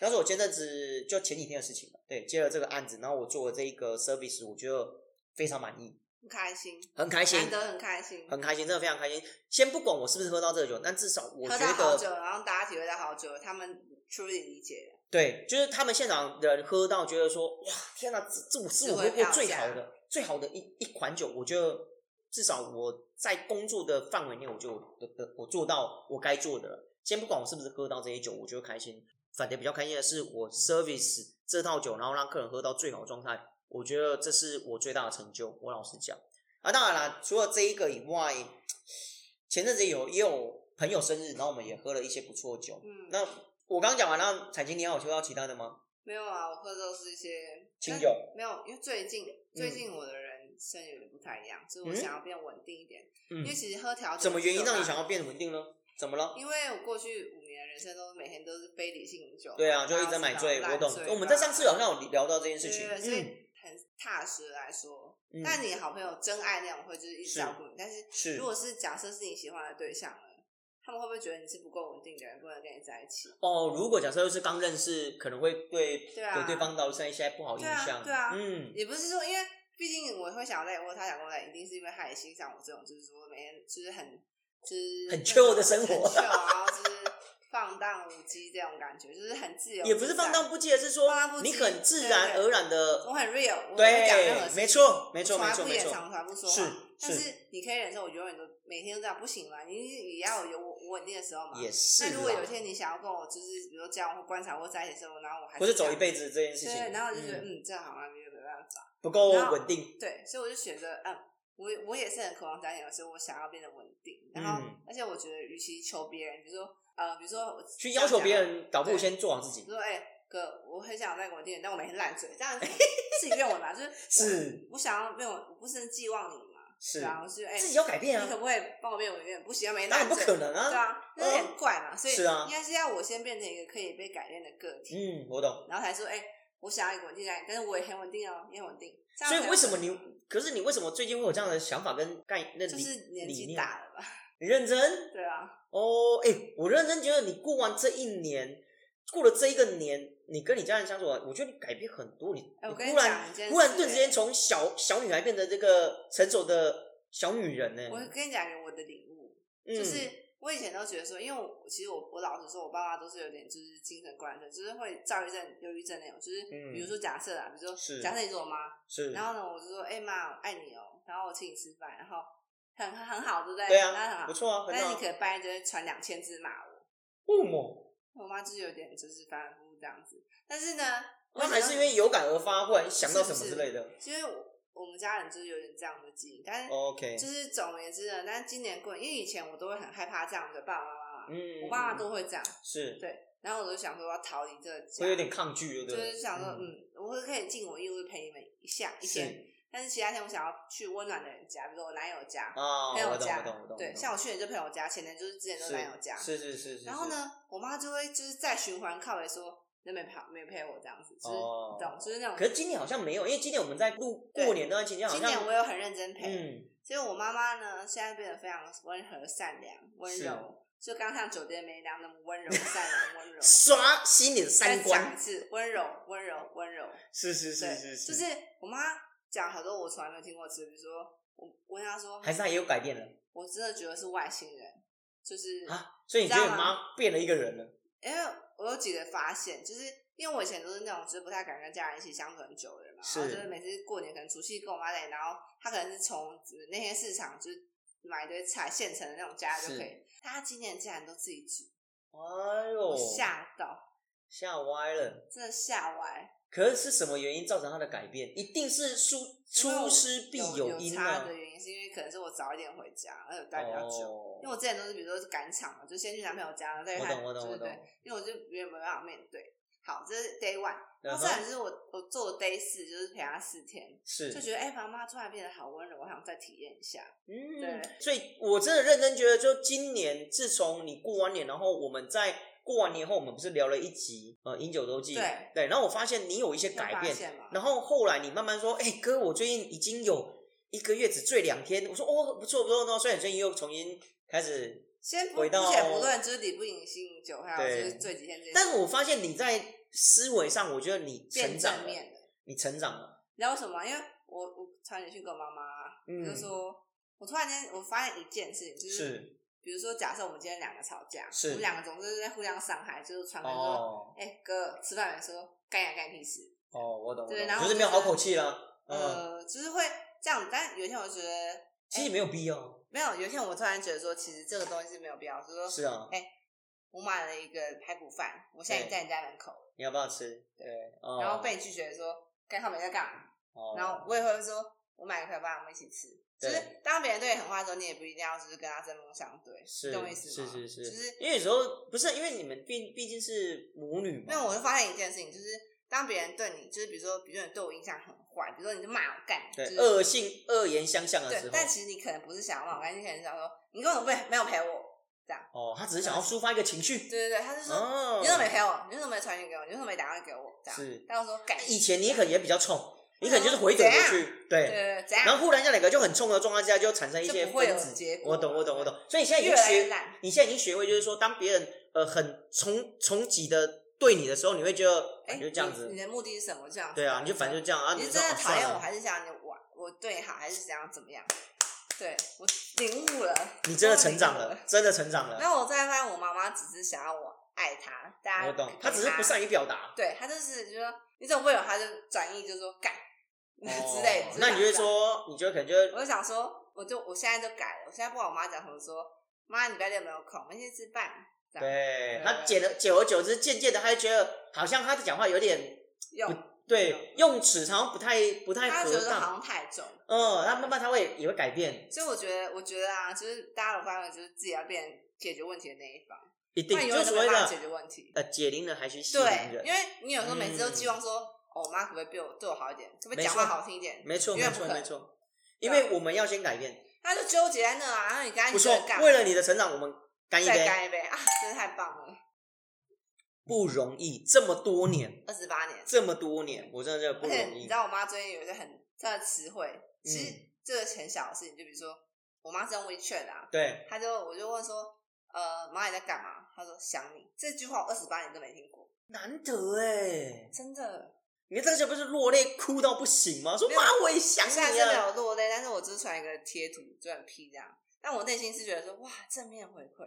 Speaker 2: 那是我前阵子就前几天的事情了，对，接了这个案子，然后我做了这一个 service，我觉得非常满意，
Speaker 1: 很开心，
Speaker 2: 很开心，
Speaker 1: 难得很开心，
Speaker 2: 很开心，真的非常开心。先不管我是不是喝到这个酒，但至少我
Speaker 1: 喝
Speaker 2: 觉
Speaker 1: 到好酒，
Speaker 2: 得，
Speaker 1: 然后大家体会到好酒，他们 truly 理解了。
Speaker 2: 对，就是他们现场的人喝到，觉得说，哇，天哪、这这我是
Speaker 1: 值
Speaker 2: 我
Speaker 1: 回
Speaker 2: 喝过
Speaker 1: 票
Speaker 2: 最
Speaker 1: 价
Speaker 2: 好的、最好的一一款酒。我觉得至少我在工作的范围内，我就我我我做到我该做的了。先不管我是不是喝到这些酒，我觉得开心。反正比较开心的是，我 service 这套酒，然后让客人喝到最好的状态，我觉得这是我最大的成就。我老实讲。啊，当然啦，除了这一个以外，前阵子有也有朋友生日，然后我们也喝了一些不错的酒。
Speaker 1: 嗯
Speaker 2: 那我刚讲完，那彩金你还有抽到其他的吗？
Speaker 1: 没有啊，我喝的都是一些
Speaker 2: 清酒，
Speaker 1: 但没有，因为最近最近我的人生有点不太一样，所以我
Speaker 2: 嗯
Speaker 1: 想要变稳定一点。
Speaker 2: 嗯
Speaker 1: 因为其实喝调酒
Speaker 2: 什么原因
Speaker 1: 是有
Speaker 2: 让你
Speaker 1: 办
Speaker 2: 想要变稳定呢？怎么了？
Speaker 1: 因为我过去五年的人生都是每天都是非理性饮酒，
Speaker 2: 对啊，就一直
Speaker 1: 然后
Speaker 2: 在买醉，
Speaker 1: 烂
Speaker 2: 我懂
Speaker 1: 醉。
Speaker 2: 我们在上次好
Speaker 1: 吧
Speaker 2: 像有聊到这件
Speaker 1: 对
Speaker 2: 事情，
Speaker 1: 对对所以很踏实地来说。
Speaker 2: 嗯，
Speaker 1: 但
Speaker 2: 嗯，
Speaker 1: 你好朋友真爱那种会就是一直
Speaker 2: 是
Speaker 1: 照顾你，但是
Speaker 2: 是
Speaker 1: 如果是假设是你喜欢的对象呢，他们会不会觉得你是不够稳定的人，不能跟你在一起？
Speaker 2: 哦，如果假设是刚认识，可能会对
Speaker 1: 对啊
Speaker 2: 给对方造成一些不好印
Speaker 1: 对啊
Speaker 2: 象，
Speaker 1: 对啊
Speaker 2: 嗯，
Speaker 1: 也不是说，因为毕竟我会想要在，我他想跟我在，一定是因为他也欣赏我这种，就是说每天就是很就是
Speaker 2: 很 chill 的生活
Speaker 1: 很 chill，然后就是放荡无羁这种感觉，就是很自由，
Speaker 2: 也不是放荡，不羁，而是说
Speaker 1: 放荡不羁
Speaker 2: 你很自然而然
Speaker 1: 我
Speaker 2: 的，
Speaker 1: 很 real，我不讲任何
Speaker 2: 对
Speaker 1: 事，情
Speaker 2: 没，错，没
Speaker 1: 没
Speaker 2: 错，没错，
Speaker 1: 不
Speaker 2: 没
Speaker 1: 掩
Speaker 2: 错，
Speaker 1: 藏，从来不说
Speaker 2: 是
Speaker 1: 谎。但
Speaker 2: 是
Speaker 1: 是你可以忍受，我永远都每天都这样，不行嘛，你也要有我我稳定的时候嘛。
Speaker 2: 也是啦。
Speaker 1: 那如果有一天你想要跟我就是比如说交往或观察或在一起的时候，然后我还
Speaker 2: 不是走一
Speaker 1: 辈
Speaker 2: 辈子这件事情，
Speaker 1: 对，然后我就觉得
Speaker 2: 嗯
Speaker 1: 嗯，这好像没有没办法。
Speaker 2: 不够
Speaker 1: 然后
Speaker 2: 稳定，
Speaker 1: 对，所以我就选择嗯，我我也是很渴望家庭，所以我想要变得稳定。然后，
Speaker 2: 嗯
Speaker 1: 而且我觉得，与其求别人，比如说呃，比如说我
Speaker 2: 去
Speaker 1: 这
Speaker 2: 要
Speaker 1: 样
Speaker 2: 求
Speaker 1: 讲
Speaker 2: 别
Speaker 1: 好
Speaker 2: 人，倒不如
Speaker 1: 对
Speaker 2: 先做好自
Speaker 1: 比
Speaker 2: 己。
Speaker 1: 如说哎、哥，我很想在稳定，但我每天烂嘴，这 样是你怨我嘛？就是
Speaker 2: 是
Speaker 1: 我想要变稳，我不是寄望你嘛，
Speaker 2: 是
Speaker 1: 对，啊，我是哎、
Speaker 2: 自己要改变
Speaker 1: 你可
Speaker 2: 啊，
Speaker 1: 不可以帮我变稳定？不行，啊每天
Speaker 2: 当然
Speaker 1: 烂
Speaker 2: 不
Speaker 1: 嘴，
Speaker 2: 可能
Speaker 1: 对
Speaker 2: 啊。
Speaker 1: 啊，那很怪嘛，所以
Speaker 2: 是啊
Speaker 1: 应该是要我先变成一个可以被改变的个体，
Speaker 2: 嗯，我懂。
Speaker 1: 然后才说哎、我想要一个稳定的家庭，但是我也很稳定哦，也很稳定。这样
Speaker 2: 所以
Speaker 1: 才
Speaker 2: 为什
Speaker 1: 会
Speaker 2: 么你？可是你为什么最近会有这样的想法跟概念？
Speaker 1: 就是年
Speaker 2: 理
Speaker 1: 纪
Speaker 2: 念
Speaker 1: 大了吧？
Speaker 2: 你认真
Speaker 1: 对啊，
Speaker 2: 哦，哎、我认真觉得你过完这一年，过了这一个年，你跟你家人相处啊，我觉得你改变很多。你、
Speaker 1: 哎我跟
Speaker 2: 你
Speaker 1: 你
Speaker 2: 忽然
Speaker 1: 讲一件事，欸
Speaker 2: 忽然顿时间从小小女孩变成这个成熟的小女人呢、
Speaker 1: 哎，我跟你讲一个我的领悟，
Speaker 2: 嗯，
Speaker 1: 就是我以前都觉得说，因为我其实我我老实说，我爸妈都是有点就是精神官能症，就是会躁郁症、忧郁症那种，就是
Speaker 2: 嗯
Speaker 1: 比如说假设啊，比如
Speaker 2: 是
Speaker 1: 说假设你是我妈，
Speaker 2: 是
Speaker 1: 然后呢，我就说，哎、妈，我爱你哦，然后我请你吃饭，然后很很很好，对不对？
Speaker 2: 对
Speaker 1: 然后很
Speaker 2: 啊，不
Speaker 1: 好，
Speaker 2: 错啊，很
Speaker 1: 但是你
Speaker 2: 好哦
Speaker 1: 可。能半夜就会传两千字骂我，
Speaker 2: 父母，
Speaker 1: 我妈就是有点就是反反复复这样子，但是呢，我
Speaker 2: 那还是因为有感而发，忽然想到什么之类的。
Speaker 1: 其实我我们家人就是有点这样的基因，但是
Speaker 2: OK，
Speaker 1: 就是总而言之呢，但是今年过年，因为以前我都会很害怕这样的爸爸妈妈嘛，
Speaker 2: 嗯，
Speaker 1: 我爸妈都会这样，
Speaker 2: 是
Speaker 1: 对，然后我就想说我要逃离这个家，
Speaker 2: 会有点抗拒，对不
Speaker 1: 就
Speaker 2: 对？
Speaker 1: 是想说，嗯，我会可以尽我义务陪你们一下一天，
Speaker 2: 是
Speaker 1: 但是其他天我想要去温暖的人家，比如说我男友家，
Speaker 2: 啊，
Speaker 1: 朋友
Speaker 2: 我懂，
Speaker 1: 家
Speaker 2: 我懂，我懂。
Speaker 1: 对，
Speaker 2: 我懂
Speaker 1: 像我去年就朋友家，前年就是之前都
Speaker 2: 是
Speaker 1: 男友家，
Speaker 2: 是是是是。
Speaker 1: 然后
Speaker 2: 是？
Speaker 1: 呢，我妈就会就是再循环靠来说，那没陪没陪我这样子，就是、
Speaker 2: 哦
Speaker 1: 懂，就是那种。
Speaker 2: 可是今年好像没有，因为今年我们在录
Speaker 1: 对
Speaker 2: 过年那段期间，好
Speaker 1: 今
Speaker 2: 像
Speaker 1: 年我有很认真陪，
Speaker 2: 嗯
Speaker 1: 所以我妈妈呢，现在变得非常温和、善良、温
Speaker 2: 是
Speaker 1: 柔，就刚上酒店没良那么温 柔、善良、温柔。
Speaker 2: 刷新你的
Speaker 1: 再
Speaker 2: 三
Speaker 1: 讲
Speaker 2: 观
Speaker 1: 一，次，温柔、温柔、温柔。
Speaker 2: 是是
Speaker 1: 对，
Speaker 2: 是是
Speaker 1: 就是我妈讲好多我从来没有听过的词，比如说我我跟她说，
Speaker 2: 还是他也有改变了
Speaker 1: 我真的觉得是外星人，就是
Speaker 2: 啊。所以你觉得你妈变了一个人了？
Speaker 1: 因为我有几个发现，就是因为我以前都是那种就是不太敢跟家人一起相处很久的人嘛，
Speaker 2: 是
Speaker 1: 然后就是每次过年可能除夕跟我妈在一起，然后她可能是从那天市场就是买一堆菜现成的那种家就可以，她今年竟然都自己煮，
Speaker 2: 哎呦
Speaker 1: 我，吓到，
Speaker 2: 吓歪了。
Speaker 1: 真的吓歪，
Speaker 2: 可是是什么原因造成他的改变？一定是出
Speaker 1: 因为
Speaker 2: 出
Speaker 1: 我
Speaker 2: 师必
Speaker 1: 有有
Speaker 2: 因
Speaker 1: 差
Speaker 2: 啊
Speaker 1: 的！原因是因为可能是我早一点回家，而且待比较久。因为
Speaker 2: 哦，
Speaker 1: 我之前都是比如说是赶场嘛，就先去男朋友家，然后再去
Speaker 2: 我
Speaker 1: 他
Speaker 2: 懂我懂
Speaker 1: 对
Speaker 2: 我
Speaker 1: 对
Speaker 2: 懂
Speaker 1: 对，。因为我就有点没办法面对。好，这是 day one，
Speaker 2: 然
Speaker 1: 那
Speaker 2: 后
Speaker 1: 再来就是我我做的 day 四，就是陪他四天，
Speaker 2: 是
Speaker 1: 就觉得哎，妈妈突然变得好温柔，我想再体验一下。
Speaker 2: 嗯
Speaker 1: 对，
Speaker 2: 所以我真的认真觉得，就今年自从你过完年，然后我们在过完年后，我们不是聊了一集呃饮酒周记，
Speaker 1: 对
Speaker 2: 然后我发现你有一些
Speaker 1: 有
Speaker 2: 改
Speaker 1: 发
Speaker 2: 变，
Speaker 1: 现嘛？
Speaker 2: 然后后来你慢慢说，哎、哥，我最近已经有一个月只醉两天，我说哦不错不错不错，所以你最近又重新开始，
Speaker 1: 先不
Speaker 2: 回到
Speaker 1: 不且不论，就是礼不饮性酒，还有
Speaker 2: 对
Speaker 1: 就是这几天这些，
Speaker 2: 但我发现你在思维上，我觉得你成
Speaker 1: 变
Speaker 2: 长
Speaker 1: 正
Speaker 2: 了，
Speaker 1: 面了。
Speaker 2: 你成长了，
Speaker 1: 你知道为什么吗？因为我我传简讯给我妈妈，
Speaker 2: 嗯
Speaker 1: 我就说，我突然间我发现一件事情，就是
Speaker 2: 是
Speaker 1: 比如说假设我们今天两个吵架，
Speaker 2: 是
Speaker 1: 我们两个总是在互相伤害，就是传闻说。
Speaker 2: 哦
Speaker 1: 哎、哥，吃饭没说干呀干屁事，
Speaker 2: 哦，我懂，我
Speaker 1: 对
Speaker 2: 懂
Speaker 1: 然后
Speaker 2: 就是没有好口气了，嗯，
Speaker 1: 呃，就是会这样。但有一天我觉得
Speaker 2: 其实没有
Speaker 1: 哎
Speaker 2: 必要，
Speaker 1: 没有，有一天我突然觉得说，其实这个东西是没有必要。就是说哎
Speaker 2: 是啊，
Speaker 1: 我买了一个排骨饭，我现在已经在你家门口了，
Speaker 2: 你要不要吃？对，哦
Speaker 1: 然后被拒绝说干他们在干嘛，
Speaker 2: 哦
Speaker 1: 然后我也会说我买个排骨饭，我们一起吃。就
Speaker 2: 对
Speaker 1: 是当别人对你很坏的时候，你也不一定要就是跟他针锋相对，
Speaker 2: 是
Speaker 1: 你懂我意思吗？
Speaker 2: 是是是，
Speaker 1: 就是
Speaker 2: 因为有时候不是因为你们毕毕竟是母女嘛，
Speaker 1: 那我就发现一件事情，就是当别人对你，就是比如说，比如说你对我印象很坏，比如说你就骂我干，就
Speaker 2: 对
Speaker 1: 是
Speaker 2: 恶性恶言相向的
Speaker 1: 对
Speaker 2: 时候，，
Speaker 1: 但其实你可能不是想要骂我干净，你可能想说你根本没没有陪我。
Speaker 2: 哦，他只是想要抒发一个情绪
Speaker 1: 对，对对，他就说、
Speaker 2: 哦
Speaker 1: 你，怎么没陪我？你怎么没传讯给我？你怎么没打电话给我？这样。
Speaker 2: 是
Speaker 1: 但我说改，
Speaker 2: 以前你可能也比较冲，你可能就是回怼
Speaker 1: 哦怎
Speaker 2: 回
Speaker 1: 样
Speaker 2: 去，
Speaker 1: 对
Speaker 2: 对，
Speaker 1: 对对，怎样？
Speaker 2: 然后忽然间两个就很冲的状况之下，就产生一
Speaker 1: 就
Speaker 2: 些
Speaker 1: 不会有
Speaker 2: 分子。
Speaker 1: 结果。
Speaker 2: 我懂，我懂，我懂。所以你现在已
Speaker 1: 越
Speaker 2: 经
Speaker 1: 来越
Speaker 2: 学，
Speaker 1: 烂。
Speaker 2: 你现在已经学会，就是说，当别人呃很冲冲击的对你的时候，你会觉得
Speaker 1: 哎，
Speaker 2: 反正就这样
Speaker 1: 你
Speaker 2: 子
Speaker 1: 你，的目的是什么？这样。
Speaker 2: 对啊，你就反正就这样啊，
Speaker 1: 你
Speaker 2: 就是说
Speaker 1: 真的
Speaker 2: 哦
Speaker 1: 讨厌
Speaker 2: 算
Speaker 1: 我，
Speaker 2: 了
Speaker 1: 还是想你我我对你好，还是怎样怎么样？对我领悟了，
Speaker 2: 你真的成长
Speaker 1: 我领悟
Speaker 2: 了
Speaker 1: 了。，
Speaker 2: 真的成长了。
Speaker 1: 那我再发现，我妈妈只是想要我爱她，大家
Speaker 2: 我懂
Speaker 1: 跟，
Speaker 2: 他只是不善于表达。
Speaker 1: 对她就是就说你怎么会有，她就转移就说干、 之类
Speaker 2: 哦
Speaker 1: 的。
Speaker 2: 那你就会，说，你就可能就会
Speaker 1: 啊我就想说，我就我现在就改了，我现在不管我妈讲什么说，妈你礼拜六有没有空，我们先吃饭。这样
Speaker 2: 对
Speaker 1: 对
Speaker 2: 他解了，久而久之，渐渐的，他会觉得好像他的讲话有点
Speaker 1: 用
Speaker 2: 对用词，好像不太不太
Speaker 1: 她觉
Speaker 2: 合
Speaker 1: 得好
Speaker 2: 当。
Speaker 1: 像太重，
Speaker 2: 嗯，他慢慢他会也会改变，
Speaker 1: 所以我觉得，我觉得啊，就是大家有发现，就是自己要变解决问题的那一方，
Speaker 2: 一
Speaker 1: 不
Speaker 2: 定
Speaker 1: 然永
Speaker 2: 就
Speaker 1: 远
Speaker 2: 是
Speaker 1: 都
Speaker 2: 所
Speaker 1: 没
Speaker 2: 谓
Speaker 1: 办法解
Speaker 2: 的
Speaker 1: 决问题。
Speaker 2: 呃解铃人还须系铃
Speaker 1: 对，因
Speaker 2: 人，
Speaker 1: 为你有时候每次都寄望说，哦，我妈可不可以对我对我好一点，可不可以讲话好听一点？
Speaker 2: 没错
Speaker 1: 因为
Speaker 2: 没
Speaker 1: 不
Speaker 2: 错
Speaker 1: 可
Speaker 2: 没
Speaker 1: 能啊
Speaker 2: 错，因为我们要先改变。
Speaker 1: 她就纠结在那啊，那你刚才
Speaker 2: 不
Speaker 1: 你
Speaker 2: 错
Speaker 1: 真的，干
Speaker 2: 为了你的成长，我们干一
Speaker 1: 再
Speaker 2: 杯
Speaker 1: 干一杯啊，真的太棒了，
Speaker 2: 不容易，这么多年，
Speaker 1: 二十八年。
Speaker 2: 这么多年，我真的觉得不
Speaker 1: 而且
Speaker 2: 容
Speaker 1: 你
Speaker 2: 易
Speaker 1: 知。道，我妈最近有一个很她的词汇，其实
Speaker 2: 嗯
Speaker 1: 这个很小的事情，就比如说我妈是用 WeChat 的啊，
Speaker 2: 对，
Speaker 1: 她就我就问说，呃，妈你在干嘛？她说想你。这句话我二十八年都没听过，
Speaker 2: 难得哎，
Speaker 1: 真的。
Speaker 2: 你当时不是落泪哭到不行吗？说
Speaker 1: 没有
Speaker 2: 妈，我也想
Speaker 1: 虽然
Speaker 2: 你
Speaker 1: 是没
Speaker 2: 啊。
Speaker 1: 有落泪，但是我只是传一个贴图，就很批这样。但我内心是觉得说，哇，正面回馈，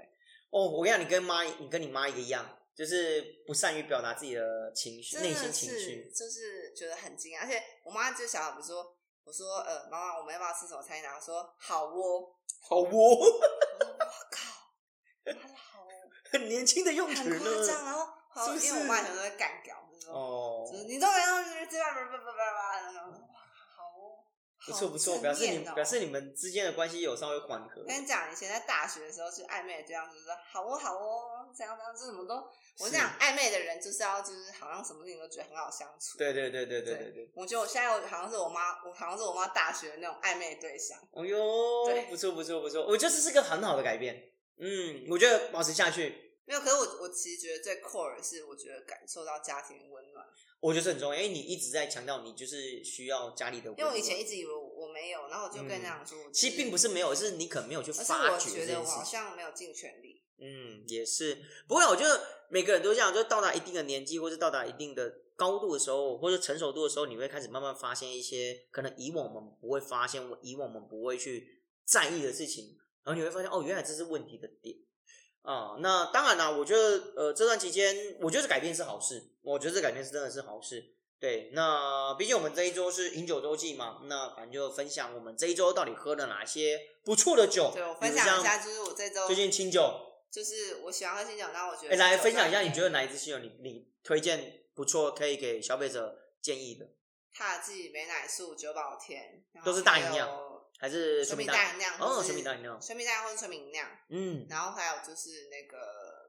Speaker 2: 哦，我跟你讲，你跟妈，你跟你妈一样，就是不善于表达自己的情绪、
Speaker 1: 真
Speaker 2: 内
Speaker 1: 的
Speaker 2: 心情
Speaker 1: 是
Speaker 2: 绪。
Speaker 1: 就是觉得很惊讶。而且我妈就想，比如说，我说，呃，妈妈，我们要不要吃什么餐？然后说好哦，
Speaker 2: 好哦，
Speaker 1: 我靠，她说好哦，
Speaker 2: 很年轻的用词
Speaker 1: 很夸张。
Speaker 2: 呢。
Speaker 1: 然后好，
Speaker 2: 是不是
Speaker 1: 因为我妈很多会干掉，就是说，
Speaker 2: 哦，
Speaker 1: 就是你都没有这样，叭叭叭叭叭，然后哇，好哦，
Speaker 2: 不错不错，
Speaker 1: 好
Speaker 2: 表
Speaker 1: 正
Speaker 2: 示你
Speaker 1: 面哦
Speaker 2: 表示你们之间的关系有稍微缓和
Speaker 1: 我。跟你讲，以前在大学的时候去暧昧的对象就是说好哦好哦，这样这样，这怎么都，我
Speaker 2: 是
Speaker 1: 想暧昧的人就是要就是好像什么事情都觉得很好相处。，
Speaker 2: 对对对对对对对。
Speaker 1: 我觉得我现在我好像是我妈，我好像是我妈大学的那种暧昧对象。
Speaker 2: 哦哟
Speaker 1: 对，
Speaker 2: 不错不错不错，我觉得这是个很好的改变。嗯，我觉得保持下去，
Speaker 1: 没有，可是我我其实觉得最 core 的是，我觉得感受到家庭温暖，
Speaker 2: 我觉得这很重要，哎因为你一直在强调你就是需要家里的温
Speaker 1: 因
Speaker 2: 暖。
Speaker 1: 为我以前一直以为我我没有，然后我就跟人家讲说，我
Speaker 2: 嗯其实并不
Speaker 1: 是，
Speaker 2: 是没有，是你可能没有去
Speaker 1: 而是
Speaker 2: 发
Speaker 1: 我
Speaker 2: 掘
Speaker 1: 觉
Speaker 2: 这件
Speaker 1: 得我
Speaker 2: 事情
Speaker 1: 好。像没有尽全力。
Speaker 2: 嗯，也是。不过我觉得每个人都这样，就到达一定的年纪，或是到达一定的高度的时候，或者成熟度的时候，你会开始慢慢发现一些可能以往我们不会发现，以往我们不会去在意的事情，然后你会发现哦，原来这是问题的点。啊、那当然啦，我觉得呃，这段期间，我觉得改变是好事，我觉得这改变是真的是好事。对，那毕竟我们这一周是饮酒周记嘛，那反正就分享我们这一周到底喝了哪些不错的酒，
Speaker 1: 对我
Speaker 2: 哦比
Speaker 1: 分
Speaker 2: 如
Speaker 1: 享一
Speaker 2: 像
Speaker 1: 下，就是我这周
Speaker 2: 最近清酒，
Speaker 1: 就是我喜欢喝清酒，然后我觉
Speaker 2: 哎、
Speaker 1: 得
Speaker 2: 来
Speaker 1: 清酒
Speaker 2: 分享一下，
Speaker 1: 在
Speaker 2: 你觉得哪一支新酒你你推荐不错，可以给消费者建议的，
Speaker 1: 踏迹美乃素九宝田然后
Speaker 2: 都是大
Speaker 1: 还
Speaker 2: 饮
Speaker 1: 有
Speaker 2: 料还是
Speaker 1: 纯
Speaker 2: 纯米
Speaker 1: 米
Speaker 2: 大？
Speaker 1: 大饮酿
Speaker 2: 哦，
Speaker 1: 或是
Speaker 2: 纯米大饮料，
Speaker 1: 纯米大或者纯米酿，
Speaker 2: 嗯，
Speaker 1: 然后还有就是那个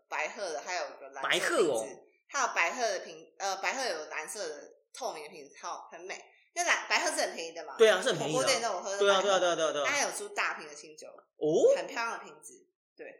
Speaker 1: 白鹤的，还有个蓝色
Speaker 2: 白鹤
Speaker 1: 瓶
Speaker 2: 哦
Speaker 1: 子，还有白鹤的瓶，呃，白鹤有蓝色的透明的瓶子，好很美。因为蓝白鹤是很便宜的嘛，
Speaker 2: 对啊，是很便宜
Speaker 1: 火
Speaker 2: 的
Speaker 1: 锅店哎
Speaker 2: 啊，
Speaker 1: 都有喝的
Speaker 2: 对啊，对啊，
Speaker 1: 白
Speaker 2: 对
Speaker 1: 鹤
Speaker 2: 啊，对啊，对
Speaker 1: 它
Speaker 2: 啊，
Speaker 1: 还有出大瓶的清酒，
Speaker 2: 哦，
Speaker 1: 很漂亮的瓶子，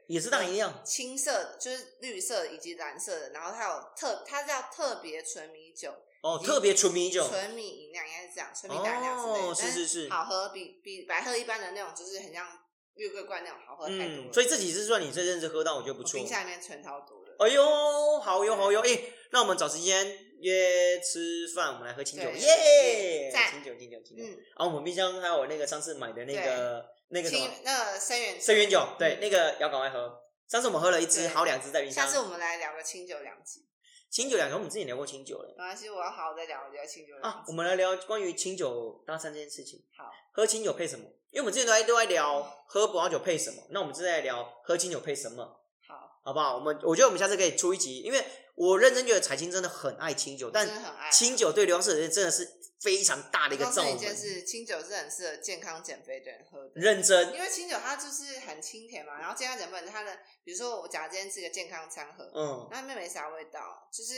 Speaker 2: 也是大饮料，
Speaker 1: 青色就是绿色以及蓝色的，然后它有特，它叫特别纯米酒，
Speaker 2: 哦，
Speaker 1: 已经
Speaker 2: 特别纯米酒，
Speaker 1: 纯米饮料应该是这样，纯米大饮料之类的，
Speaker 2: 哦，是
Speaker 1: 但
Speaker 2: 是是，
Speaker 1: 好喝比比白鹤一般的那种，就是很像月桂冠那种好喝太多了。
Speaker 2: 嗯，所以这几支算你这阵子喝到，我觉得不
Speaker 1: 我
Speaker 2: 错
Speaker 1: 冰。箱里面存超多的。
Speaker 2: 哎呦，好哟好哟，哎、那我们找时间约吃饭，我们来喝清酒，
Speaker 1: 对
Speaker 2: 耶！
Speaker 1: 赞
Speaker 2: 清酒，清酒，清酒。
Speaker 1: 嗯，
Speaker 2: 啊，我们冰箱还有那个上次买的那个那个什么
Speaker 1: 清那个生源
Speaker 2: 生源酒，对，
Speaker 1: 嗯
Speaker 2: 那个要赶快喝。上次我们喝了一支，
Speaker 1: 对
Speaker 2: 还有两支在冰箱
Speaker 1: 下。次我们来聊个清酒两集，
Speaker 2: 清酒两个，我们之前聊过清酒了
Speaker 1: 没关系，我要好好再聊聊清酒
Speaker 2: 啊
Speaker 1: 两。
Speaker 2: 我
Speaker 1: 集。
Speaker 2: 们来聊关于清酒搭餐这件事情。
Speaker 1: 嗯好，
Speaker 2: 喝清酒配什么？因为我们之前都在都在聊喝葡萄酒配什么，那我们正在聊喝清酒配什么，
Speaker 1: 好，
Speaker 2: 好不好？我们我觉得我们下次可以出一集，因为我认真觉得彩青真的很爱清酒，
Speaker 1: 真
Speaker 2: 但
Speaker 1: 的很爱啊
Speaker 2: 清酒对流浪社人真的是非常大的一个
Speaker 1: 告诉
Speaker 2: 罩
Speaker 1: 你一
Speaker 2: 门。
Speaker 1: 件事，清酒是很适合健康减肥的人喝的。
Speaker 2: 认真，
Speaker 1: 因为清酒它就是很清甜嘛，然后健康减肥，它的比如说我假如今天吃一个健康餐盒，
Speaker 2: 嗯，
Speaker 1: 那面没啥味道，就是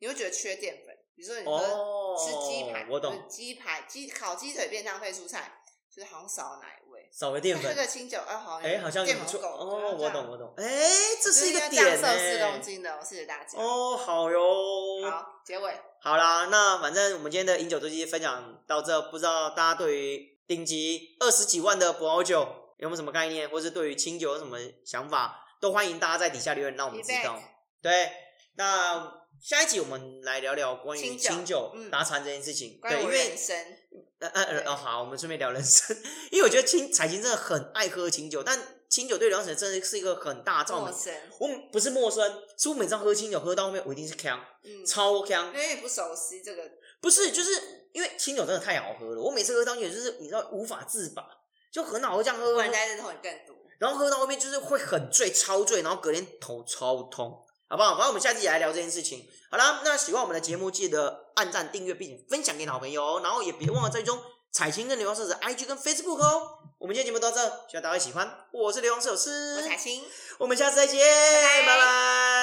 Speaker 1: 你会觉得缺淀粉。比如说你喝
Speaker 2: 哦，
Speaker 1: 吃鸡排，
Speaker 2: 我
Speaker 1: 就是
Speaker 2: 懂，
Speaker 1: 鸡排、鸡烤鸡腿便当配蔬菜，就是好像少了奶味。
Speaker 2: 少了淀
Speaker 1: 但
Speaker 2: 粉
Speaker 1: 喝，个清酒，啊，好像
Speaker 2: 哎、好像也
Speaker 1: 淀
Speaker 2: 不
Speaker 1: 粉
Speaker 2: 错
Speaker 1: 够啊
Speaker 2: 哦，我懂，我懂，哎、这
Speaker 1: 这
Speaker 2: 是一个点呢、
Speaker 1: 瘦四公斤的，谢谢大家。
Speaker 2: 哦，好哟，
Speaker 1: 好，结尾
Speaker 2: 好啦，那反正我们今天的饮酒周记分享到这，不知道大家对于顶级二十几万的葡萄酒有没有什么概念，或是对于清酒有什么想法，都欢迎大家在底下留言让我们知道
Speaker 1: Feedback。
Speaker 2: 对，那下一集我们来聊聊关于
Speaker 1: 清酒
Speaker 2: 清酒
Speaker 1: 嗯
Speaker 2: 搭餐这件事情。
Speaker 1: 关于
Speaker 2: 对，因
Speaker 1: 我
Speaker 2: 为
Speaker 1: 人生，
Speaker 2: 呃呃呃，哦好，我们顺便聊人生， 因为我觉得清彩琴真的很爱喝清酒，但清酒对梁晨真的是一个很大的造
Speaker 1: 陌
Speaker 2: 成。
Speaker 1: 生，
Speaker 2: 我不是陌生，是我每次喝清酒喝到后面，我一定是呛，
Speaker 1: 嗯，
Speaker 2: 超呛
Speaker 1: 因。为不熟悉这个，
Speaker 2: 不是，就是因为清酒真的太好喝了，我每次喝到清酒就是你知道无法自拔，就很好喝这样喝
Speaker 1: 不
Speaker 2: 完
Speaker 1: 然，在认同你更多。
Speaker 2: 然后喝到后面就是会很醉，超醉，然后隔天头超痛，好不好？反正我们下期也来聊这件事情。好啦，那喜欢我们的节目，记得按赞、订阅，并且分享给你好朋友哦，然后也别忘了追踪彩青跟流浪社的 IG 跟 Facebook 哦。我们今天节目到这，希望大家会喜欢。我是流浪社友师，
Speaker 1: 我彩青。
Speaker 2: 我们下次再见，
Speaker 1: 拜拜
Speaker 2: 拜拜